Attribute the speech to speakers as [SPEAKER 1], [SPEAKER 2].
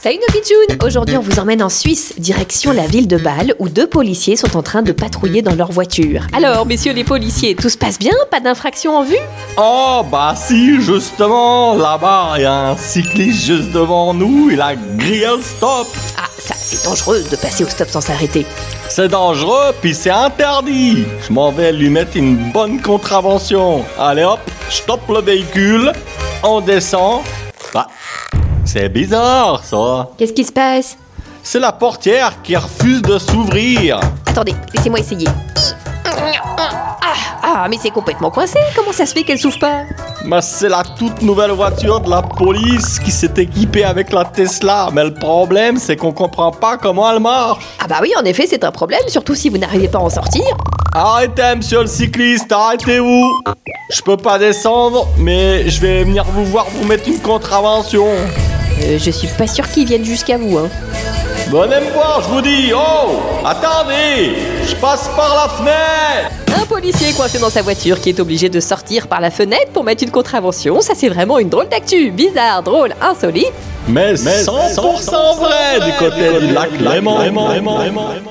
[SPEAKER 1] Salut nos pitchounes Aujourd'hui on vous emmène en Suisse, direction la ville de Bâle, où deux policiers sont en train de patrouiller dans leur voiture. Alors messieurs les policiers, tout se passe bien Pas d'infraction en vue
[SPEAKER 2] Oh bah si, justement, là-bas, il y a un cycliste juste devant nous, il a grillé un stop.
[SPEAKER 1] Ah ça c'est dangereux de passer au stop sans s'arrêter.
[SPEAKER 2] C'est dangereux, puis c'est interdit. Je m'en vais lui mettre une bonne contravention. Allez hop, je stoppe le véhicule, on descend. Bah, c'est bizarre ça.
[SPEAKER 1] Qu'est-ce qui se passe
[SPEAKER 2] C'est la portière qui refuse de s'ouvrir.
[SPEAKER 1] Attendez, laissez-moi essayer. Ah, ah mais c'est complètement coincé, comment ça se fait qu'elle s'ouvre pas
[SPEAKER 2] Mais Bah, c'est la toute nouvelle voiture de la police qui s'est équipée avec la Tesla. Mais le problème, c'est qu'on comprend pas comment elle marche.
[SPEAKER 1] Ah bah oui en effet c'est un problème, surtout si vous n'arrivez pas à en sortir.
[SPEAKER 2] Arrêtez, monsieur le cycliste, arrêtez-vous. Je peux pas descendre, mais je vais venir vous voir vous mettre une contravention.
[SPEAKER 1] Euh, je suis pas sûr qu'ils viennent jusqu'à vous hein.
[SPEAKER 2] Venez me voir, je vous dis. Oh, attendez, je passe par la fenêtre.
[SPEAKER 1] Un policier coincé dans sa voiture qui est obligé de sortir par la fenêtre pour mettre une contravention, ça c'est vraiment une drôle d'actu, bizarre, drôle, insolite.
[SPEAKER 2] Mais, 100%, vrai, du côté du lac Léman.